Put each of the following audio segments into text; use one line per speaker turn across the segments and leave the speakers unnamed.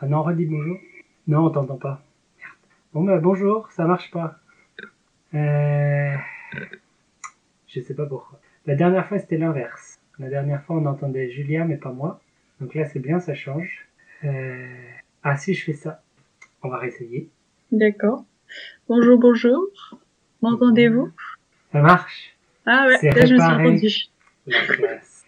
Ah non, redis bonjour. Non, on t'entend pas. Merde. Bon bah bonjour, ça marche pas. Euh... Je sais pas pourquoi. La dernière fois c'était l'inverse. La dernière fois on entendait Julien mais pas moi. Donc là c'est bien, ça change. Euh... Ah si je fais ça, on va réessayer.
D'accord. Bonjour, bonjour. M'entendez-vous
Ça marche.
Ah ouais,
C'est
là je me suis
réparé.
entendue.
La classe.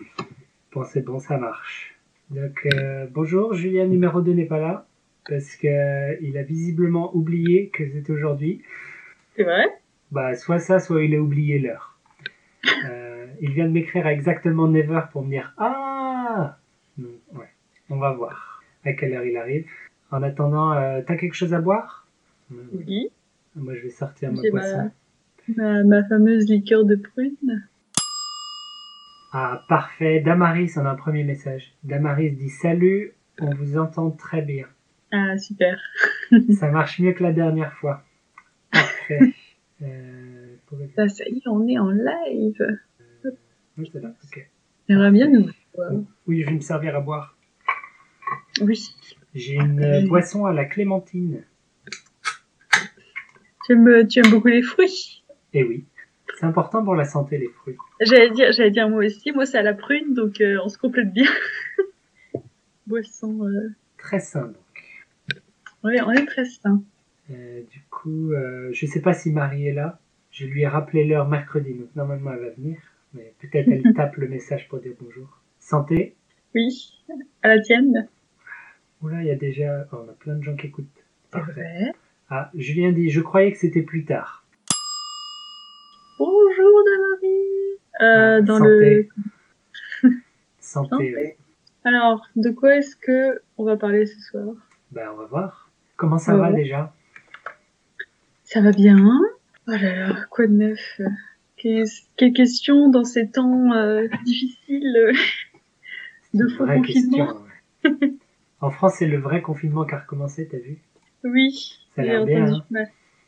Bon c'est bon, ça marche. Donc euh, bonjour, Julien numéro 2 n'est pas là. Parce que euh, il a visiblement oublié que c'était aujourd'hui.
C'est vrai
Bah, soit ça, soit il a oublié l'heure. Euh, il vient de m'écrire à exactement 9h pour me dire Ah Non, ouais. On va voir à quelle heure il arrive. En attendant, euh, t'as quelque chose à boire Hmm,
Oui.
Moi, je vais sortir ma
J'ai ma-
boisson.
Ma, ma fameuse liqueur de prune.
Ah, parfait. Damaris en a un premier message. Damaris dit Salut, on vous entend très bien.
Ah super.
Ça marche mieux que la dernière fois. Parfait. Euh, pour-
Ça, ça y est, on est en live.
Oui, c'est là, ok.
J'aimerais bien nous voir.
Oui, je vais me servir à boire.
Oui.
J'ai une
Ah,
euh, boisson à la clémentine.
Tu aimes, tu aimes beaucoup les fruits
Eh oui, c'est important pour la santé les fruits.
J'allais dire, j'allais dire moi aussi. Moi, c'est à la prune, donc euh, on se complète bien. Boisson. euh,
Très sain donc.
On est, on est très sain.
Euh, du coup, euh, je sais pas si Marie est là. Je lui ai rappelé l'heure mercredi, donc normalement elle va venir. Mais peut-être elle tape le message pour dire bonjour. Santé.
Oui. À la tienne
Oula, il y a déjà... oh, on a plein de gens qui écoutent. Parfait.
Ouais.
Ah, Julien dit, je croyais que c'était plus tard.
Bonjour, Damarie. Euh,
Ah,
dans le
santé. Santé.
Santé.
ouais.
Alors, de quoi est-ce que on va parler ce soir
Ben, on va voir. Comment ça
Ouais.
va déjà
Ça va bien hein Oh là là, quoi de neuf euh, qu'est- Quelles questions dans ces temps euh, difficiles euh, de faux
Vraie
confinement
question. ouais. en France, c'est le vrai confinement qui a recommencé, t'as vu
Oui,
Ça a
j'ai
l'air bien,
entendu.
hein.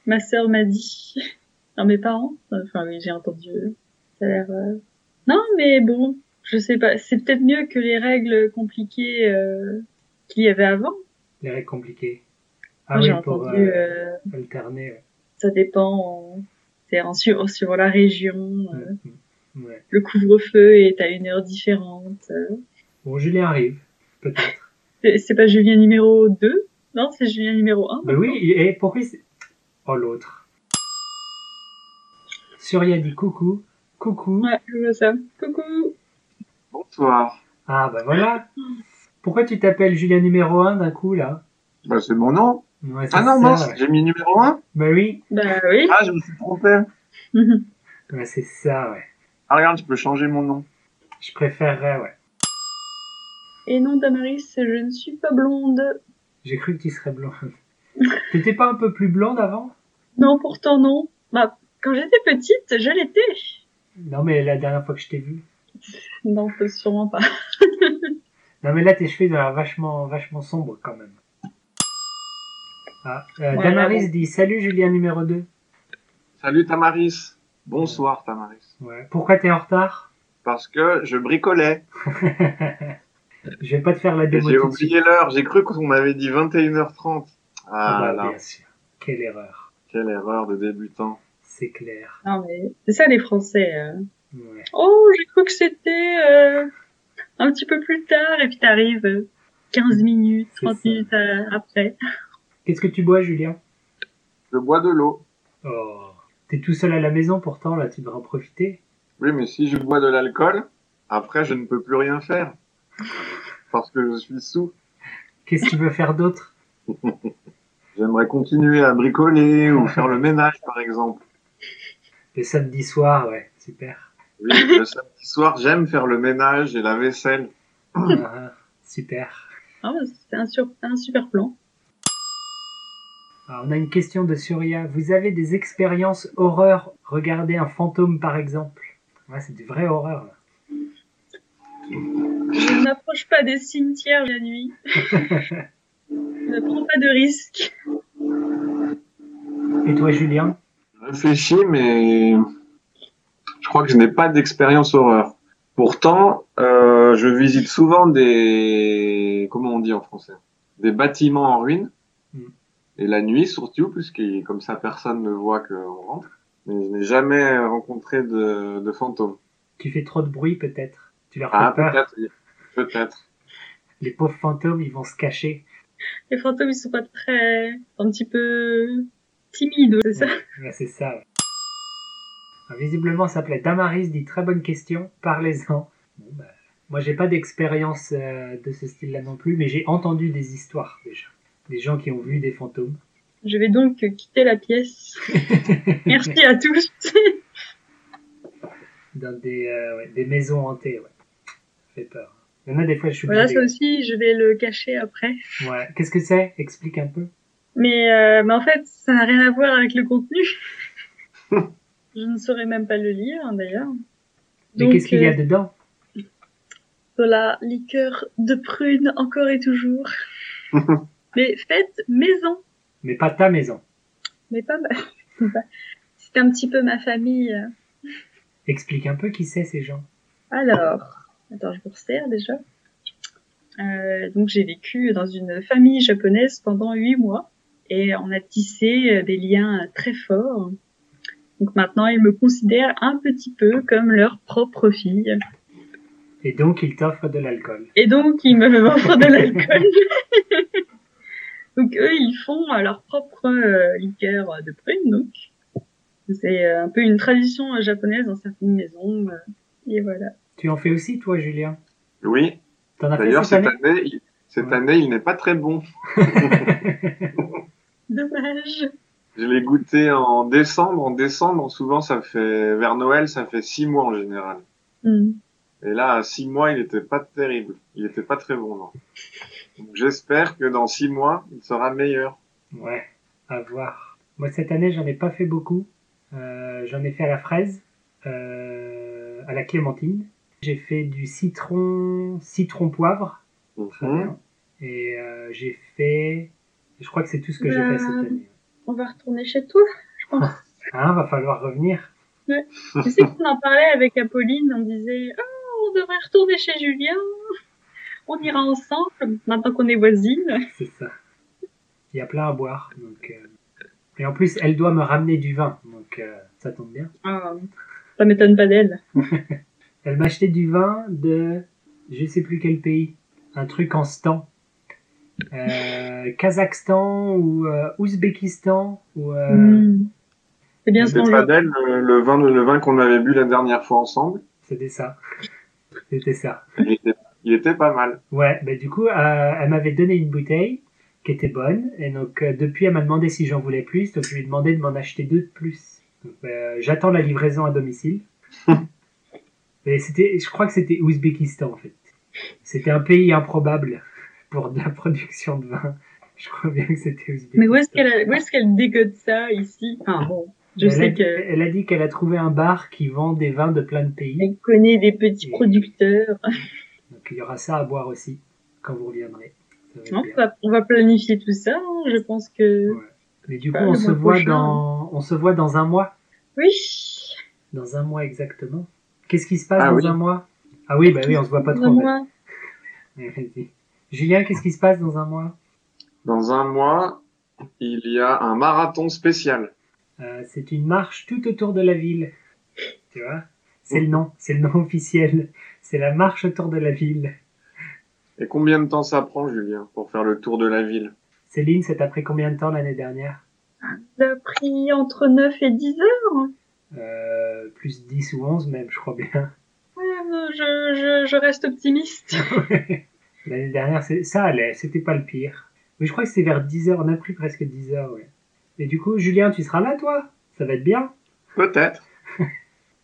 Ma, ma sœur m'a dit. Non, mes parents. Enfin oui, j'ai entendu. euh, Ça a l'air. euh, Non, mais bon, je sais pas. C'est peut-être mieux que les règles compliquées euh, qu'il y avait avant.
Les règles compliquées. Ah
Moi,
oui,
j'ai
pour
entendu.
euh,
euh,
alterner. ouais.
ça dépend. euh, C'est en, su- en suivant la région. euh,
Mm, mm. Ouais.
le couvre-feu est à une heure différente. Euh,
Bon, Julien arrive, peut-être.
C'est c'est pas Julien numéro 2 Non, c'est Julien numéro 1.
Mais Bah Ben oui, il- et pourquoi c'est... Oh, l'autre. Surya dit coucou. Coucou.
Ouais, je vois ça. Coucou
Bonsoir.
Ah, bah voilà. Pourquoi tu t'appelles Julien numéro 1 d'un coup, là
Bah, c'est mon nom.
Ouais, c'est
Ah non,
ça,
mince,
ouais.
j'ai mis numéro 1.
Bah oui.
Bah oui
Ah, je me suis trompé.
Ouais, c'est ça, ouais.
Ah, regarde, je peux changer mon nom.
Je préférerais, ouais.
Et non, Damaris, je ne suis pas blonde.
J'ai cru que tu serais blonde. T'étais pas un peu plus blonde avant
Non, pourtant non. Bah, quand j'étais petite, je l'étais.
Non, mais la dernière fois que je t'ai vue.
Non, peut- sûrement pas.
Non, mais là, tes cheveux ils ont l'air vachement, vachement sombres quand même. Ah, euh,
Ouais,
Damaris
là,
dit Salut Julien numéro 2.
Salut Tamaris. Bonsoir Tamaris.
Ouais. Pourquoi t'es en retard
Parce que je bricolais.
Je vais pas te faire la
Et
démo
j'ai
tout de suite.
oublié l'heure. J'ai cru qu'on m'avait dit 21h30.
Ah,
Ah,
bah,
là,
bien sûr. Quelle erreur.
quelle erreur de débutant.
C'est clair.
Non, mais c'est ça les Français. euh.
Ouais.
Oh, j'ai cru que c'était euh, un petit peu plus tard. Et puis t'arrives euh, 15 minutes,
C'est
30
ça.
minutes euh, après.
Qu'est-ce que tu bois, Julien
Je bois de l'eau.
Oh. T'es tout seul à la maison pourtant, là, tu devrais en profiter.
Oui, mais si je bois de l'alcool, après, je ne peux plus rien faire. Parce que je suis sous.
Qu'est-ce que tu veux faire d'autre
J'aimerais continuer à bricoler ou faire le ménage, par exemple.
Le samedi soir, ouais, super.
Oui, le samedi soir, j'aime faire le ménage et la vaisselle.
Ah, super.
Ah, bah, c'est un, sur- un super plan.
Alors, Ah, on a une question de Surya. Vous avez des expériences horreur Regarder un fantôme, par exemple. Ouais, c'est du vrai horreur, là.
Je n'approche pas des cimetières la nuit. ne prends pas de risques.
Et toi, Julien
Je réfléchis, mais je crois que je n'ai pas d'expérience horreur. Pourtant, euh, je visite souvent des... Comment on dit en français des bâtiments en ruine.
Mm.
Et la nuit, surtout, puisque comme ça, personne ne voit qu'on rentre. Mais je n'ai jamais rencontré de, de fantômes.
Tu fais trop de bruit peut-être. Tu leur fais
Ah,
peur.
peut-être. oui. Peut-être.
Les pauvres fantômes, ils vont se cacher.
Les fantômes, ils sont pas très, un petit peu timides, c'est ça
Ouais, c'est ça. ouais. Alors, visiblement, ça s'appelait Damaris dit très bonne question, parlez-en. Bon, bah, moi, j'ai pas d'expérience euh, de ce style-là non plus, mais j'ai entendu des histoires déjà. Des gens qui ont vu des fantômes.
Je vais donc euh, quitter la pièce. Merci à tous.
dans des, euh, ouais, des maisons hantées. Ouais. Ça fait peur. Il y en a des fois, je suis
voilà, ça
obligé
aussi, je vais le cacher après.
de- ouais. Qu'est-ce que c'est Explique un peu.
Mais, euh, mais en fait, ça n'a rien à voir avec le contenu. je ne saurais même pas le lire, hein, d'ailleurs.
Mais
Donc,
qu'est-ce qu'il y a
euh,
dedans
de la liqueur de prune encore et toujours. mais faites maison,
Mais pas ta maison.
mais pas ma... C'était un petit peu ma famille. euh.
Explique un peu qui c'est ces gens.
Alors, attends, je vous resserre déjà. Euh, donc j'ai vécu dans une famille japonaise pendant huit mois et on a tissé euh, des liens euh, très forts. Donc maintenant, ils me considèrent un petit peu comme leur propre fille.
Et donc, ils t'offrent de l'alcool.
Et donc, ils me offrent de l'alcool. donc eux, ils font euh, leur propre euh, liqueur euh, de prune. Donc c'est euh, un peu une tradition euh, japonaise dans certaines maisons. euh, et voilà.
Tu en fais aussi, toi, Julien
Oui.
T'en as fait
D'ailleurs,
Ah, cette
cette
année
année, il- cette
Ouais.
année, il n'est pas très bon.
Dommage.
Je l'ai goûté en décembre. En décembre, souvent, ça fait, vers Noël, ça fait six mois en général.
Hmm.
Et là, à six mois, il était pas terrible. Il était pas très bon, non. Donc, j'espère que dans six mois, il sera meilleur.
Ouais, à voir. Moi, cette année, j'en ai pas fait beaucoup. Euh, j'en ai fait à la fraise, euh, à la clémentine. J'ai fait du citron, citron poivre. Très
Mhm.
bien. Et euh, j'ai fait. Je crois que c'est tout ce que j'ai
Bah,
fait cette année.
On va retourner chez toi.
Hein, va falloir revenir.
Tu sais qu'on en parlait avec Apolline, on disait oh, on devrait retourner chez Julien, on ira ensemble maintenant qu'on est voisines.
C'est ça. Il y a plein à boire. Donc, euh, Et en plus, elle doit me ramener du vin. Donc, euh, ça tombe bien.
Ah, ça m'étonne pas d'elle.
Elle m'a acheté du vin de je sais plus quel pays, un truc en stan. Euh, Kazakhstan ou euh, Ouzbékistan ou euh,
Hmm. C'est bien
C'était
son genre.
Tradel, le, le vin, le vin qu'on avait bu la dernière fois ensemble.
c'était ça. C'était ça.
Il était, il était pas mal.
Ouais, bah du coup, euh, elle m'avait donné une bouteille qui était bonne et donc euh, depuis elle m'a demandé si j'en voulais plus, donc je lui ai demandé de m'en acheter deux de plus. Donc, euh, j'attends la livraison à domicile. Mais c'était, je crois que c'était Ouzbékistan en fait. C'était un pays improbable pour de la production de vin. Je crois bien que c'était Ouzbékistan.
Mais où est-ce qu'elle a- où est-ce qu'elle dégote ça ici Enfin bon, je
elle, a,
sais
dit-
que
elle a dit qu'elle a trouvé un bar qui vend des vins de plein de pays.
elle connaît des petits
Et-
producteurs.
Donc il y aura ça à boire aussi quand vous reviendrez. Ça va être
Non,
bien.
on, va, on va planifier tout ça. hein, Je pense que
Ouais. Mais du coup,
Bah, le
on se
mois
voit
prochain.
dans, on se voit dans un mois.
oui.
Dans un mois exactement. Qu'est-ce qui se passe
Ah
dans
oui.
un mois Ah oui, bah oui, on se voit pas trop.
Dans
en fait.
moi.
Mais vas-y. Julien, qu'est-ce qui se passe dans un mois
Dans un mois, il y a un marathon spécial.
Euh, C'est une marche tout autour de la ville. Tu vois C'est le nom, c'est le nom officiel. C'est la marche autour de la ville.
Et combien de temps ça prend, Julien, pour faire le tour de la ville
Céline, c'est après combien de temps l'année dernière
Ça a pris entre 9 et 10 heures.
euh, Plus 10 ou 11 même, je crois bien.
Ouais, euh, Je, je, je reste optimiste.
L'année dernière, c'est- ça allait, c'était pas le pire. Mais je crois que c'est vers 10h, on a pris presque 10h, ouais. Et du coup, Julien, tu seras là, toi Ça va être bien
Peut-être.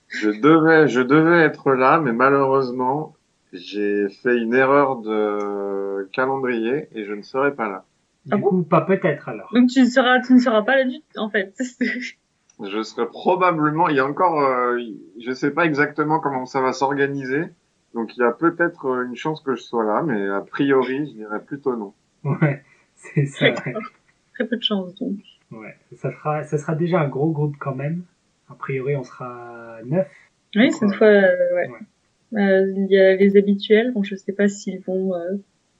je devais, je devais être là, mais malheureusement, j'ai fait une erreur de calendrier et je ne serai pas là.
Du
Ah bon
coup, pas peut-être alors.
Donc tu ne seras, tu ne seras pas là du tout, en fait.
Je serai probablement, il y a encore, euh, je sais pas exactement comment ça va s'organiser, donc il y a peut-être euh, une chance que je sois là, mais a priori, je dirais plutôt non.
Ouais, c'est ça. ouais.
Très peu de chance, donc.
Ouais, ça sera, ça sera déjà un gros groupe quand même. A priori, on sera neuf.
Oui, cette
Ouais.
fois, euh, ouais.
Ouais.
Euh, Il y a les habituels. Bon, je sais pas s'ils vont euh,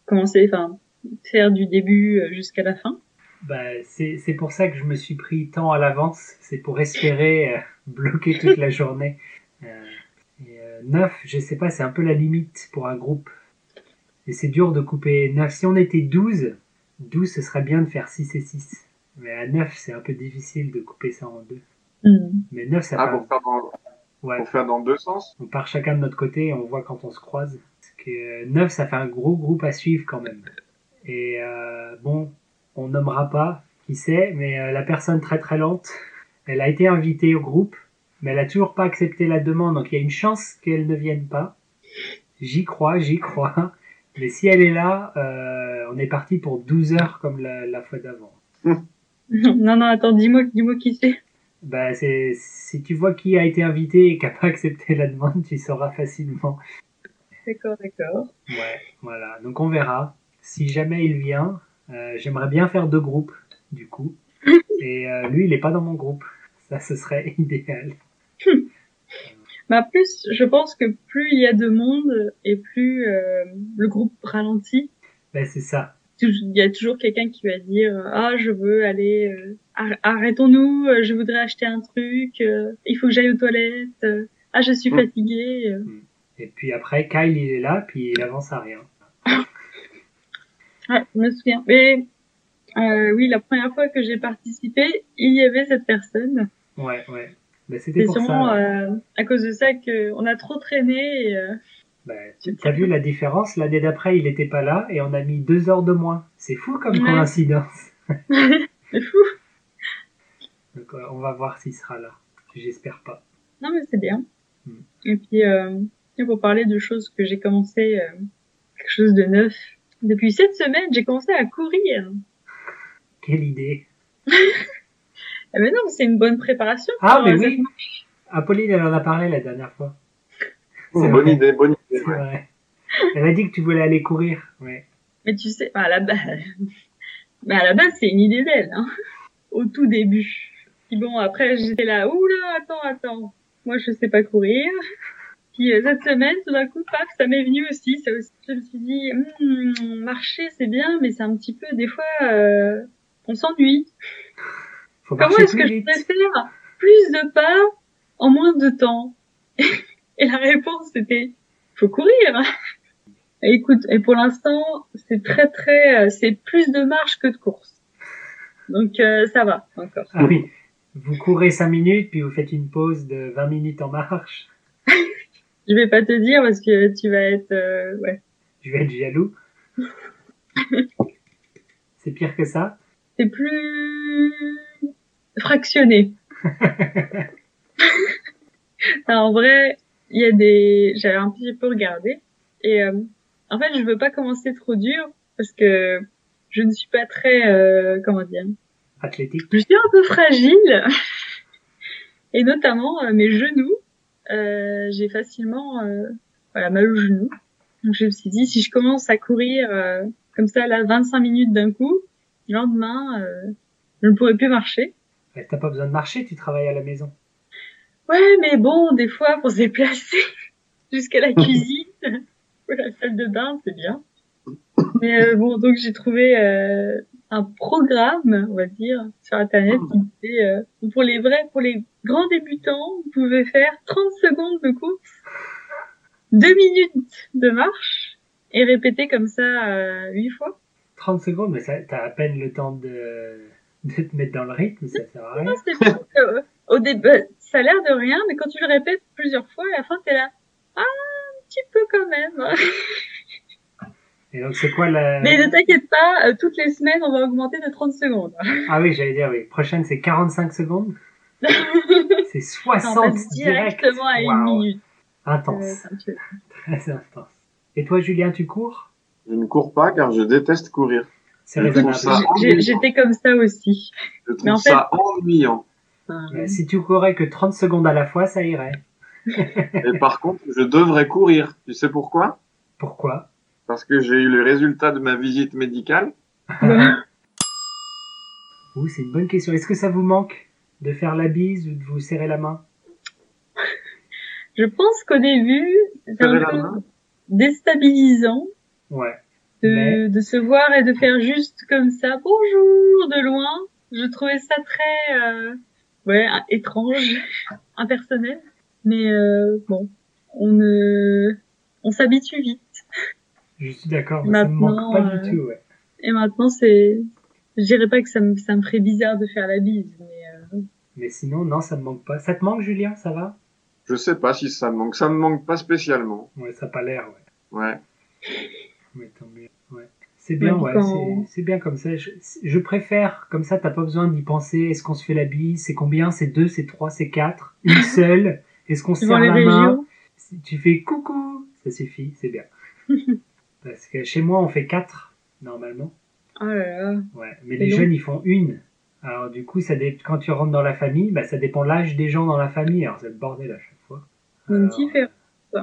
commencer, enfin, faire du début euh, jusqu'à la fin.
Bah, c'est c'est pour ça que je me suis pris tant à l'avance. C'est pour espérer euh, bloquer toute la journée. Euh, et, euh, 9, je sais pas, c'est un peu la limite pour un groupe. Et c'est dur de couper 9. Si on était 12, 12 ce serait bien de faire 6 et 6. Mais à 9, c'est un peu difficile de couper ça en deux.
Hmm.
Mais 9, ça
Ah,
part-
pour faire, dans,
ouais,
pour faire dans deux sens
on part chacun de notre côté et on voit quand on se croise. Parce que 9, ça fait un gros groupe à suivre quand même. Et euh, bon, on nommera pas, qui sait, mais euh, la personne très très lente, elle a été invitée au groupe, mais elle a toujours pas accepté la demande, donc il y a une chance qu'elle ne vienne pas. J'y crois, j'y crois. Mais si elle est là, euh, on est parti pour 12 heures comme la, la fois d'avant.
non, non, attends, dis-moi dis-moi qui c'est.
Bah, c'est, si tu vois qui a été invité et qui n'a pas accepté la demande, tu sauras facilement.
D'accord, d'accord.
Ouais, voilà. Donc on verra. Si jamais il vient, euh, j'aimerais bien faire deux groupes, du coup. Et euh, lui, il est pas dans mon groupe. Ça, ce serait idéal.
Bah, plus, je pense que plus il y a de monde et plus euh, le groupe ralentit.
Ben, c'est ça.
Tou- Il y a toujours quelqu'un qui va dire euh, ah je veux aller euh, ar- arrêtons-nous euh, je voudrais acheter un truc euh, il faut que j'aille aux toilettes euh, ah je suis
Mm.
fatiguée euh.
Et puis après, Kyle, il est là, puis il avance à rien.
Ouais, je me souviens. Mais euh, oui, la première fois que j'ai participé, il y avait cette personne.
Ouais, ouais. Ben, c'était
C'est
pour
sûrement
ça.
euh, à cause de ça qu'on a trop traîné. et, euh,
Ben, tu- T'as vu la différence L'année d'après, il était pas là et on a mis deux heures de moins. C'est fou comme
Ouais.
coïncidence.
C'est fou.
Donc, euh, on va voir s'il sera là. J'espère pas.
Non, mais c'est bien.
Mm.
Et puis, euh, tiens, pour parler de choses que j'ai commencé, euh, quelque chose de neuf. Depuis cette semaine, j'ai commencé à courir.
Quelle idée.
Ah mais non, c'est une bonne préparation.
Ah,
pour
mais
un
oui Apolline, elle en a parlé la dernière fois. C'est
Bonne
vrai.
idée, bonne idée.
C'est
ouais.
vrai. Elle a dit que tu voulais aller courir. Ouais.
Mais tu sais, bah, à la base, mais à la base, c'est une idée d'elle, hein, au tout début. Puis bon, après, j'étais là, oula, attends, attends, moi, je sais pas courir. Puis euh, cette semaine, tout d'un coup, paf, ça m'est venu aussi, ça aussi. Je me suis dit, Hmm, marcher, c'est bien, mais c'est un petit peu, des fois, euh, on s'ennuie.
Faut
Comment
marcher
est-ce que
plus
je
vite.
pourrais faire plus de pas en moins de temps Et la réponse c'était faut courir. Et écoute, et pour l'instant, c'est très très euh, c'est plus de marche que de course. Donc euh, ça va encore.
Ah oui. Vous courez 5 minutes, puis vous faites une pause de 20 minutes en marche.
Je vais pas te dire parce que tu vas être euh, ouais,
Je vais être jaloux. C'est pire que ça.
c'est plus fractionné. Ah, en vrai, il y a des. J'avais un petit peu regardé. Et euh, en fait, je veux pas commencer trop dur parce que je ne suis pas très. euh, comment dire
Athlétique.
Je suis un peu fragile. Et notamment euh, mes genoux. euh, J'ai facilement euh, voilà, mal aux genoux. Donc je me suis dit, si je commence à courir euh, comme ça, là, 25 minutes d'un coup, le lendemain, euh, je ne pourrai plus marcher.
Ouais, T'as pas besoin de marcher, tu travailles à la maison.
Ouais, mais bon, des fois, pour se déplacer jusqu'à la cuisine ou la salle de bain, c'est bien. Mais euh, bon, donc j'ai trouvé euh, un programme, on va dire, sur Internet qui disait, euh, pour les vrais, pour les grands débutants, vous pouvez faire 30 secondes de course, 2 minutes de marche et répéter comme ça euh, 8 fois.
30 secondes, mais ça- t'as à peine le temps de... de te mettre dans le rythme, ça sert à rien.
Non, c'est bien que, euh, au début, ça a l'air de rien, mais quand tu le répètes plusieurs fois, à la fin, t'es là, ah, un petit peu quand même.
Et donc c'est quoi la...
Mais ne t'inquiète pas, euh, toutes les semaines, on va augmenter de 30 secondes.
Ah oui, j'allais dire, oui. Prochaine, c'est 45 secondes. C'est
on
60
passe
direct.
directement à une
Waouh.
minute. Euh,
Intense.
ça me fait-
Très intense. Et toi, Julien, tu cours
Je ne cours pas car je déteste courir.
C'est
Je trouve
raisonnable.
ça
J'ai-
ennuyant.
J'étais comme ça aussi.
Je trouve
Mais en fait-
ça ennuyant.
Ouais, si tu courais que 30 secondes à la fois, ça irait.
Et par contre, je devrais courir. Tu sais pourquoi
Pourquoi
Parce que j'ai eu les résultats de ma visite médicale.
Ouh, c'est une bonne question. Est-ce que ça vous manque de faire la bise ou de vous serrer la main
Je pense qu'au début, c'est
Serrer
un
la
peu
main.
déstabilisant
Ouais.
de,
Mais-
de se voir et de faire juste comme ça, bonjour, de loin. Je trouvais ça très, euh, ouais, un- étrange, impersonnel. Mais euh, bon, on, euh, on s'habitue vite.
Je suis d'accord, mais ça me
Maintenant,
manque pas du
euh,
tout. Ouais.
Et maintenant, c'est, je dirais pas que ça me, ça me ferait bizarre de faire la bise, mais euh,
Mais sinon, non, ça me manque pas. Ça te manque, Julien Ça va
Je sais pas si ça me manque. Ça me manque pas spécialement.
Ouais, ça a pas l'air, ouais.
Ouais.
Mais tant mieux. Ouais. C'est bien,
Même
ouais,
quand-
c'est- c'est bien comme ça. Je, je préfère, comme ça, t'as pas besoin d'y penser. Est-ce qu'on se fait la bise C'est combien C'est deux, c'est trois, c'est quatre Une seule Est-ce qu'on se
suivant
serre
les
la main
régions.
Si Tu fais coucou Ça suffit, c'est bien. Parce que chez moi, on fait quatre, normalement.
Oh là là.
Ouais, mais les
Et donc
jeunes, ils font une. Alors du coup, ça dé- quand tu rentres dans la famille, bah, ça dépend l'âge des gens dans la famille. Alors c'est le bordel à chaque fois.
Il y a une
Alors,
différence.
euh,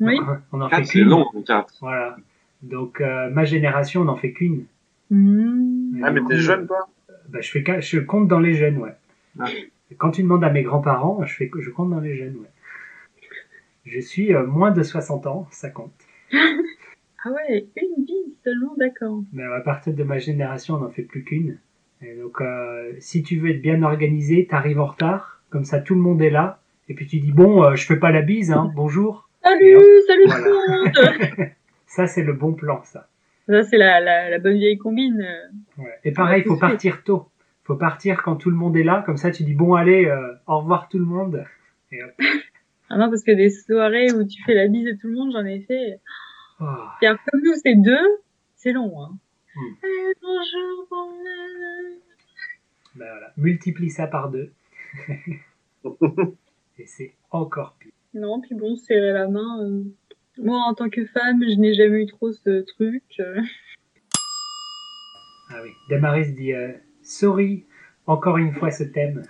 Oui.
On en fait
Quatre, Ah, c'est
qu'une.
long, les quatre.
Voilà. Donc euh, ma génération, on n'en fait qu'une.
Mmh.
Ah,
Du
mais
coup,
t'es jeune, toi
bah, je, fais, qu'un- je compte dans les jeunes, ouais.
Ah.
Quand tu demandes à mes grands-parents, je, fais, que- je compte dans les jeunes, ouais. Je suis euh, moins de 60 ans, ça compte.
Ah ouais, une bise seulement, d'accord.
Mais à partir de ma génération, on n'en fait plus qu'une. Et donc, euh, si tu veux être bien organisé, t'arrives en retard, comme ça tout le monde est là, et puis tu dis bon, euh, je fais pas la bise, hein, bonjour. Et
Salut,
hop,
salut
voilà.
tout le monde
Ça, c'est le bon plan, ça.
Ça, c'est la, la, la bonne vieille combine. euh.
Ouais. Et pareil, faut partir tôt. Faut partir quand tout le monde est là, comme ça tu dis bon, allez, euh, au revoir tout le monde. Et hop.
Ah non, parce que des soirées où tu fais la bise à tout le monde, j'en ai fait.
Oh.
Et alors, comme nous, c'est deux, c'est long, hein.
Mm.
Eh, bonjour, bonjour.
Ben voilà. Multiplie ça par deux. et c'est encore pire.
Non, puis bon, serrer la main. euh. Moi, en tant que femme, je n'ai jamais eu trop ce truc. euh.
Ah oui. Damaris dit euh, Sorry, encore une fois ce thème.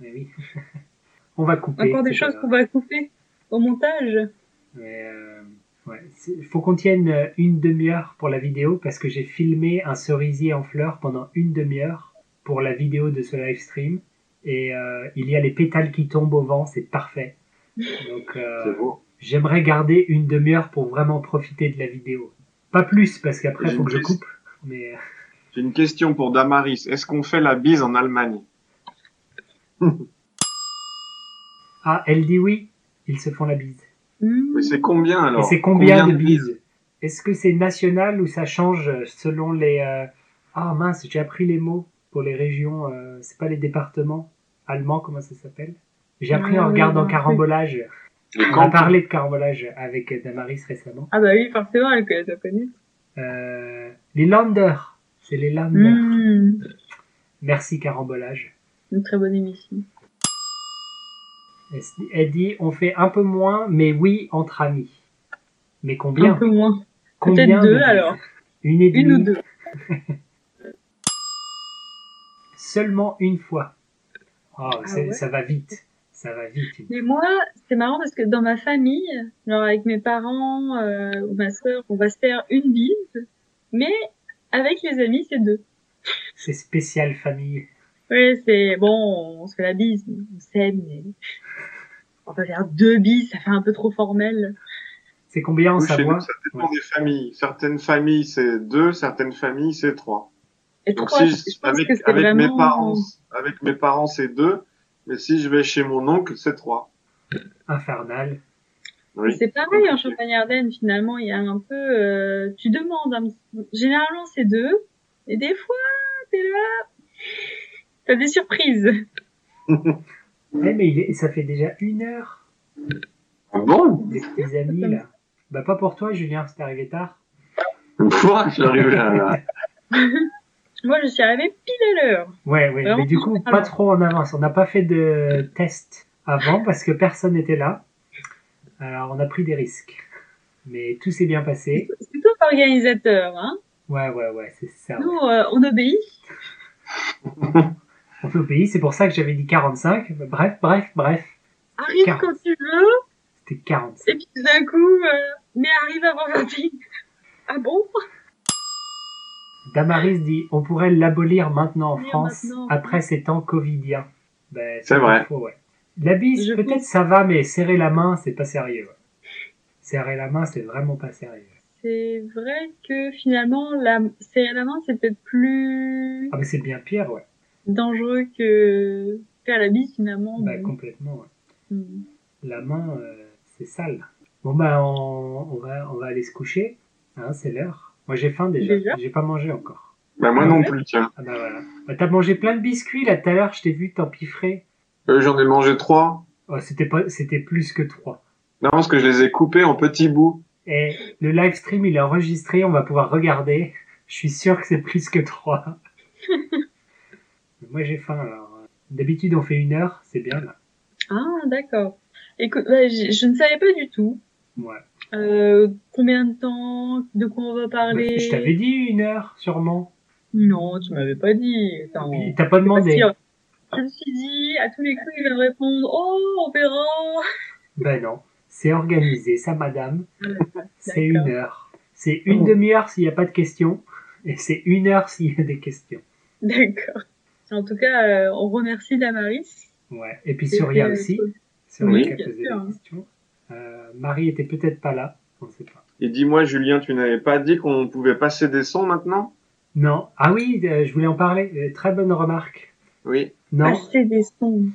Mais oui. On va couper.
Encore des
c'est pas
choses
grave.
qu'on va couper au montage.
Mais euh, ouais, il faut qu'on tienne euh, une demi-heure pour la vidéo parce que j'ai filmé un cerisier en fleurs pendant une demi-heure pour la vidéo de ce live stream. Et euh, il y a les pétales qui tombent au vent, c'est parfait. Donc, euh,
C'est beau.
J'aimerais garder une demi-heure pour vraiment profiter de la vidéo. Pas plus, parce qu'après,
J'ai
faut
une
que je
question.
coupe. Mais euh,
J'ai une question pour Damaris. Est-ce qu'on fait la bise en Allemagne
Ah, elle dit oui, ils se font la bise.
Mm.
Mais c'est combien alors
Et c'est combien, de bises Est-ce que c'est national ou ça change selon les... euh, Ah mince, j'ai appris les mots pour les régions. euh, C'est pas les départements allemands, comment ça s'appelle J'ai appris
Ah,
en
oui,
regardant
oui.
Carambolage.
Les
On a
camps
parlé de Carambolage avec Damaris récemment.
Ah bah oui, forcément, elle connaît, elle connaît.
Euh, Les Landers, c'est les Landers.
Mm.
Merci Carambolage.
Une très bonne émission.
Elle s- Elle dit on fait un peu moins, mais oui, entre amis. Mais
Un
combien
peu moins.
Combien
Peut-être
de
deux
bises
alors.
Une et demie.
Une ou deux.
Seulement une fois. Oh,
Ah
c'est-
ouais
ça va vite. Ça va vite. une-
Mais moi, c'est marrant parce que dans ma famille, genre avec mes parents euh, ou ma sœur, on va se faire une bise, mais avec les amis, c'est deux.
C'est spécial famille.
Ouais, c'est bon, on se fait la bise, on s'aime, mais on va faire deux bises, ça fait un peu trop formel.
C'est combien en
Nous, chez
Savoie
nous, ça dépend des familles. Certaines familles, c'est deux, certaines familles, c'est trois.
Et
Donc
trois,
si
je
je-
pense
avec,
que c'est
avec
vraiment...
mes parents, avec mes parents, c'est deux. Mais si je vais chez mon oncle, c'est trois.
Infernal.
Oui.
C'est pareil en
compliqué.
Champagne-Ardenne, finalement, il y a un peu. euh, tu demandes. un petit- Généralement, c'est deux. Et des fois, t'es là. T'as des surprises.
Eh, mais il est- ça fait déjà une heure,
Ah Bon
les petits amis, là. Bah, pas pour toi, Julien, c'est arrivé tard.
Quoi J'arrive là, là.
Moi, je suis arrivée pile à l'heure.
Ouais, ouais.
Vraiment
Mais du coup, pas
Ah Alors.
trop en avance. On n'a pas fait de test avant parce que personne n'était là. Alors, on a pris des risques. Mais tout s'est bien passé.
C'est toi l'organisateur. Hein
Ouais, ouais, ouais, c'est ça.
Nous,
ouais.
euh, on obéit.
On fait au pays, c'est pour ça que j'avais dit 45. mais Bref, bref, bref,
Arrive
Car-
quand tu veux.
c'était 45.
Et puis tout d'un coup, euh, mais arrive avant 20 Ah bon
Damaris dit on pourrait l'abolir maintenant en
L'abolir
France
maintenant.
après ces temps covidiens. Ben,
C'est vrai.
pas faux, ouais. La bise,
Je
peut-être ça va, mais serrer la main, c'est pas sérieux. ouais. Serrer la main, c'est vraiment pas sérieux.
c'est vrai que finalement, la serrer la main, c'est peut-être plus
Ah, mais c'est bien pire, ouais.
dangereux que faire la bise finalement.
Bah,
donc,
complètement, ouais.
hmm.
La main, euh, c'est sale. Bon, bah, on, on va, on va aller se coucher. Hein, c'est l'heure. Moi, j'ai faim déjà.
Déjà
J'ai pas mangé encore.
Bah, moi
Ouais.
non plus, tiens.
Ah, bah, voilà. Bah, t'as mangé plein de biscuits, là, tout à l'heure, je t'ai vu t'empiffrer.
Eux, Euh, j'en ai mangé trois.
Oh, c'était pas, c'était plus que trois.
Non, parce que je les ai coupés en petits bouts.
Et le live stream, il est enregistré, on va pouvoir regarder. Je suis sûr que c'est plus que trois. Moi, j'ai faim, alors. D'habitude, on fait une heure, c'est bien, là.
Ah, d'accord. Écoute, bah, j- je ne savais pas du tout
Ouais.
euh, combien de temps, de quoi on va parler.
Bah, Je t'avais dit une heure, sûrement.
Non, tu m'avais pas dit. Attends.
Puis, t'as pas
Parce
demandé.
que euh, Je me suis dit, à tous les coups, il va répondre Oh, on verra
Ben non, c'est organisé, ça madame. C'est
D'accord.
une heure. C'est une demi-heure s'il n'y a pas de questions, et c'est une heure s'il y a des questions.
D'accord. En tout cas, euh, on remercie Damaris. euh,
Ouais. Et puis
Et
Surya
que-
aussi,
Oui,
Surya qui a
bien
posé
sûr.
des questions. Euh, Marie était peut-être pas là, on ne sait pas.
Et dis-moi, Julien, tu n'avais pas dit qu'on pouvait passer des sons maintenant
Non, ah oui, euh, je voulais en parler, Euh, très bonne remarque.
Oui.
Non,
Passer des sons.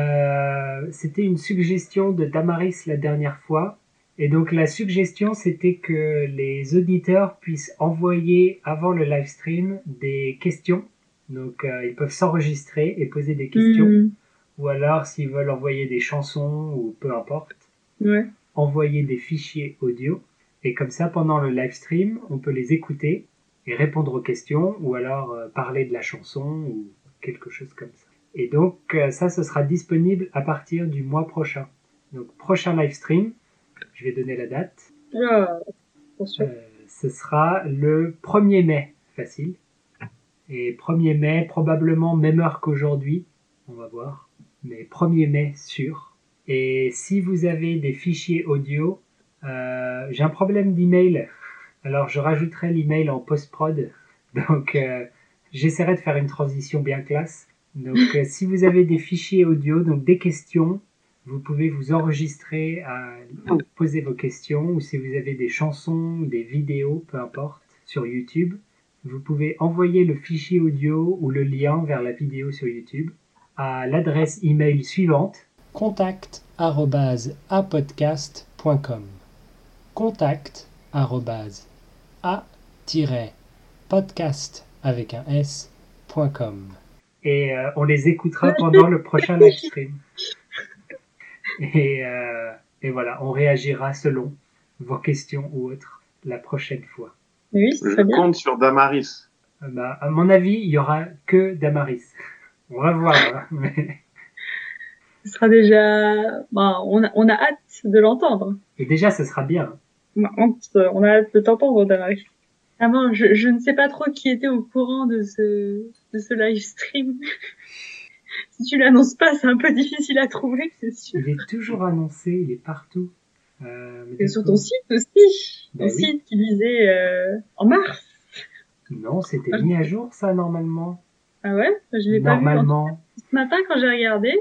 Euh, c'était une suggestion de Damaris la dernière fois. Et donc la suggestion, c'était que les auditeurs puissent envoyer avant le live stream des questions. Donc euh, ils peuvent s'enregistrer et poser des questions.
Hmm,
Ou alors s'ils veulent envoyer des chansons ou peu importe,
Ouais.
envoyer des fichiers audio. Et comme ça, pendant le live stream, on peut les écouter et répondre aux questions ou alors euh, parler de la chanson ou quelque chose comme ça. Et donc, euh, ça, ce sera disponible à partir du mois prochain. Donc, prochain live stream, je vais donner la date.
Ah, attention.
Euh, ce sera le 1er mai, facile. Et 1er mai, probablement même heure qu'aujourd'hui, on va voir. Mais 1er mai sûr. Et si vous avez des fichiers audio, euh, j'ai un problème d'email. Alors je rajouterai l'email en post-prod. Donc euh, j'essaierai de faire une transition bien classe. Donc euh, si vous avez des fichiers audio, donc des questions, vous pouvez vous enregistrer à poser vos questions ou si vous avez des chansons, ou des vidéos, peu importe, sur YouTube, vous pouvez envoyer le fichier audio ou le lien vers la vidéo sur YouTube à l'adresse email suivante contact@apodcast.com contact arobase a podcast avec un s point com. et euh, on les écoutera pendant le prochain live stream et, euh, et voilà on réagira selon vos questions ou autres la prochaine fois
Oui, c'est
Je
très bien.
compte sur Damaris.
Euh, bah, à mon avis il y aura que Damaris on va voir hein, mais-
Ce sera déjà. Bah, on, a, on a hâte de l'entendre.
et déjà ce sera bien
On a honte, euh, on a hâte de t'entendre, Damaris. Vraiment, Ah je, je ne sais pas trop qui était au courant de ce, de ce live stream. si tu l'annonces pas, c'est un peu difficile à trouver, c'est sûr.
il est toujours annoncé il est partout Euh, mais
Et
du
sur
coup-
ton site aussi.
Bah
ton
oui.
site qui disait euh, en mars.
non c'était mis à jour ça normalement
Ah ouais Ah, Je l'ai pas vu. en-
normalement
Ce matin, quand j'ai regardé,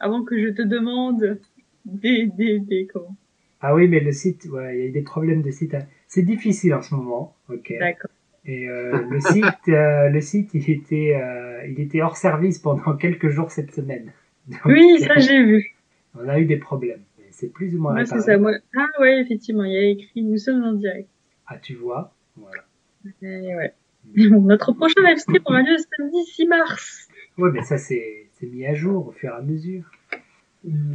avant que je te demande des, des, des, comment
Ah oui, mais le site, ouais, il y a eu des problèmes de site. C'est difficile en ce moment, ok.
D'accord.
Et euh, le site, euh, le site, il était, euh, il était hors service pendant quelques jours cette semaine. Donc,
Oui, ça j'ai vu.
on a eu des problèmes. Mais C'est plus ou moins
Moi, c'est
réparé.
ça. Moi... Ah ouais, effectivement, il y a écrit nous sommes en direct.
Ah, tu vois, voilà.
Et ouais. Bon, Notre prochain live stream aura lieu samedi 6 mars.
Ouais, mais ça c'est, c'est mis à jour au fur et à mesure,
Mm.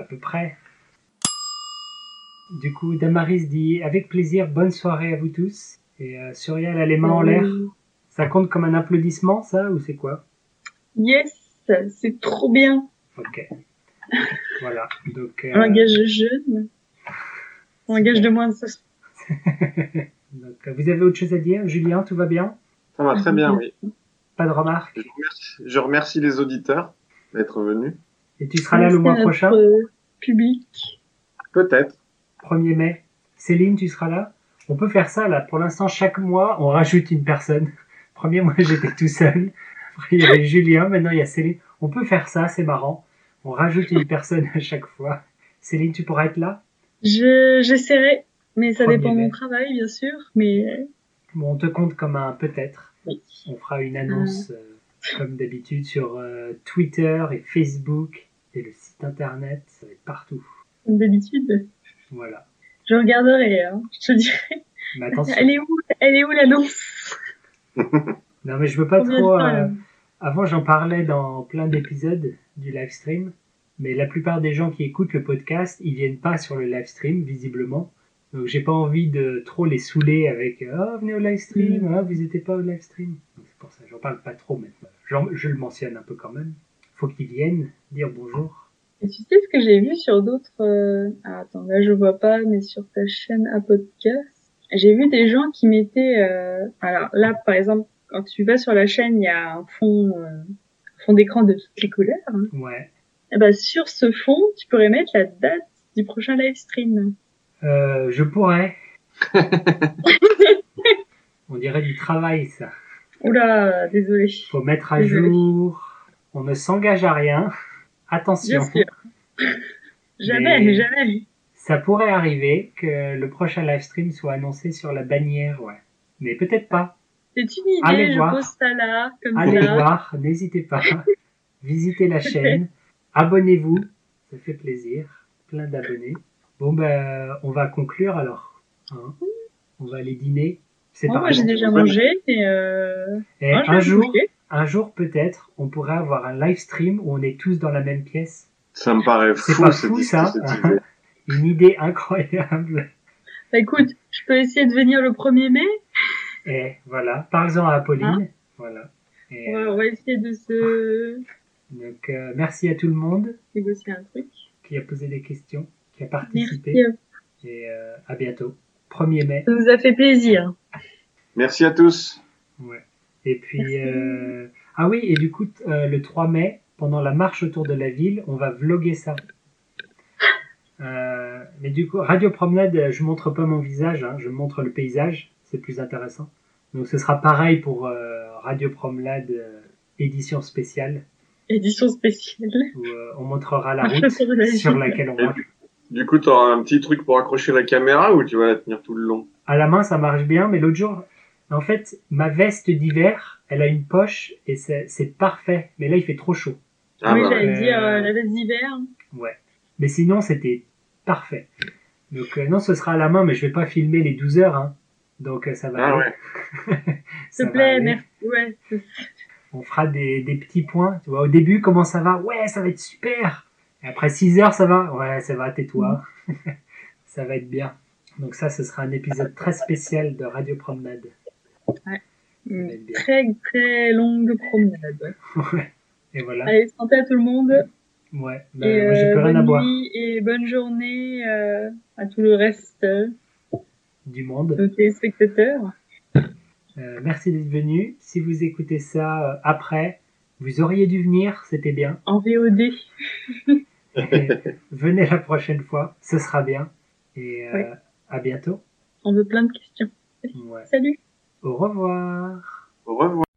à peu près. Du coup, Damaris dit avec plaisir, bonne soirée à vous tous. Et euh, Surya a les mains en l'air.
Euh,
Ça compte comme un applaudissement, ça, ou c'est quoi
Yes, c'est trop bien.
Ok. voilà. Donc, euh,
Un langage jeune. Un langage de moins de 60.
donc, euh, vous avez autre chose à dire Julien, tout va bien
Ça va très
Mhm.
bien, oui.
Pas de remarques
Je remercie, je remercie les auditeurs d'être venus.
Et tu seras là le mois
Merci à
prochain
notre euh, Public.
Peut-être.
1er mai. Céline, tu seras là On peut faire ça, là. Pour l'instant, chaque mois, on rajoute une personne. Premier mois, j'étais tout seul. Après, il y avait Julien. Maintenant, il y a Céline. On peut faire ça, c'est marrant. On rajoute une personne à chaque fois. Céline, tu pourras être là
Je, j'essaierai. Mais ça
Premier
dépend de mon
mai.
travail, bien sûr. Mais euh,
Bon, on te compte comme un peut-être.
Oui.
On fera une annonce, euh, comme d'habitude, sur euh, Twitter et Facebook et le site internet. Ça va être partout.
comme d'habitude,
Voilà.
je regarderai. hein. Je te dirai.
Mais attention.
Elle est où, elle est où l'annonce
Non, mais je veux pas
Combien de
trop.
temps,
euh,
là
Avant, j'en parlais dans plein d'épisodes du live stream, mais la plupart des gens qui écoutent le podcast, ils viennent pas sur le live stream, visiblement. Donc, j'ai pas envie de trop les saouler avec euh, Oh, venez au live stream,
Mm.
Ah, vous n'étiez pas au live stream. Donc, C'est pour ça, j'en parle pas trop maintenant. J'en- je le mentionne un peu quand même. Faut qu'ils viennent dire bonjour.
Et tu sais ce que j'ai vu sur d'autres. euh, ah, attends, là je vois pas, mais sur ta chaîne à podcast, j'ai vu des gens qui mettaient. euh, Alors là, par exemple, quand tu vas sur la chaîne, il y a un fond, euh, fond d'écran de toutes les couleurs. hein.
Ouais.
Et bah, sur ce fond, tu pourrais mettre la date du prochain live stream.
Euh, je pourrais. On dirait du travail, ça.
Oula, désolé.
Faut mettre à
Désolé.
jour. On ne s'engage à rien. Attention.
Bien sûr. Jamais,
Mais-
jamais.
Ça pourrait arriver que le prochain live stream soit annoncé sur la bannière, ouais. Mais peut-être pas.
C'est une idée,
Allez
je
voir.
pose ça là, comme
Allez
ça.
voir, n'hésitez pas. Visitez la chaîne, abonnez-vous, ça fait plaisir. Plein d'abonnés. Bon ben, on va conclure alors. hein. On va aller dîner. C'est
Moi, Oh, moi
parti.
j'ai déjà
Ouais.
mangé, mais euh...
Et
moi, je
un
vais
jour,
bouger.
un jour peut-être, on pourrait avoir un live stream où on est tous dans la même pièce.
Ça me paraît
C'est
fou,
pas
cette-
fou, ça.
cette idée.
Une idée incroyable.
Bah, écoute, je peux essayer de venir le 1er mai.
Et voilà, parle-en à Apolline. voilà. Et,
On va- on va essayer de se
Donc, euh, merci à tout le monde
négocier un truc.
qui a posé des questions, qui a participé.
Merci, ça
Et euh, à bientôt. 1er mai.
nous a fait plaisir.
Merci à tous.
Ouais. Et puis.
Merci.
euh, Ah oui, et du coup, t- euh, le 3 mai, pendant la marche autour de la ville, on va vloguer ça.
Ah.
Euh, mais du coup, Radio Promenade, euh, je montre pas mon visage, hein, je montre le paysage, c'est plus intéressant. Donc ce sera pareil pour euh, Radio Promenade euh, édition spéciale,
Édition spéciale.
où euh, on montrera la
Marche autour de la
route sur
ville.
laquelle on
Et
marche.
Du coup, t'auras un petit truc pour accrocher la caméra ou tu vas la tenir tout le long
à la main ça marche bien, mais l'autre jour, en fait, ma veste d'hiver, elle a une poche et c'est c'est parfait. Mais là, il fait trop chaud.
Ah
oui,
bah,
j'allais
ouais.
dire euh, la veste d'hiver.
Ouais. Mais sinon, c'était parfait. Donc euh, non, ce sera à la main, mais je vais pas filmer les 12 heures. Hein. Donc euh, ça va.
ah
aller.
ouais.
S'il
Ça
te
va
plaît,
aller.
merci. Ouais, c'est-
On fera des, des petits points. Tu vois, au début, comment ça va Ouais, ça va être super. Et après 6 heures, ça va Ouais, ça va, tais-toi.
Mm.
ça va être bien. Donc ça, ce sera un épisode très spécial de Radio Promenade. Ça va
une
être bien.
très très longue promenade.
Ouais. Et voilà.
Allez, santé à tout le monde.
Ouais. Bah,
et
moi, j'ai
euh,
plus rien à
bonne
boire.
nuit et bonne journée euh, à tout le reste euh,
du monde.
de téléspectateurs.
Euh, merci d'être venu. Si vous écoutez ça euh, après, vous auriez dû venir, c'était bien.
En VOD.
Et venez la prochaine fois, ce sera bien. Et euh,
Ouais.
à bientôt.
On veut plein de questions.
Ouais.
Salut
Au revoir.
Au revoir.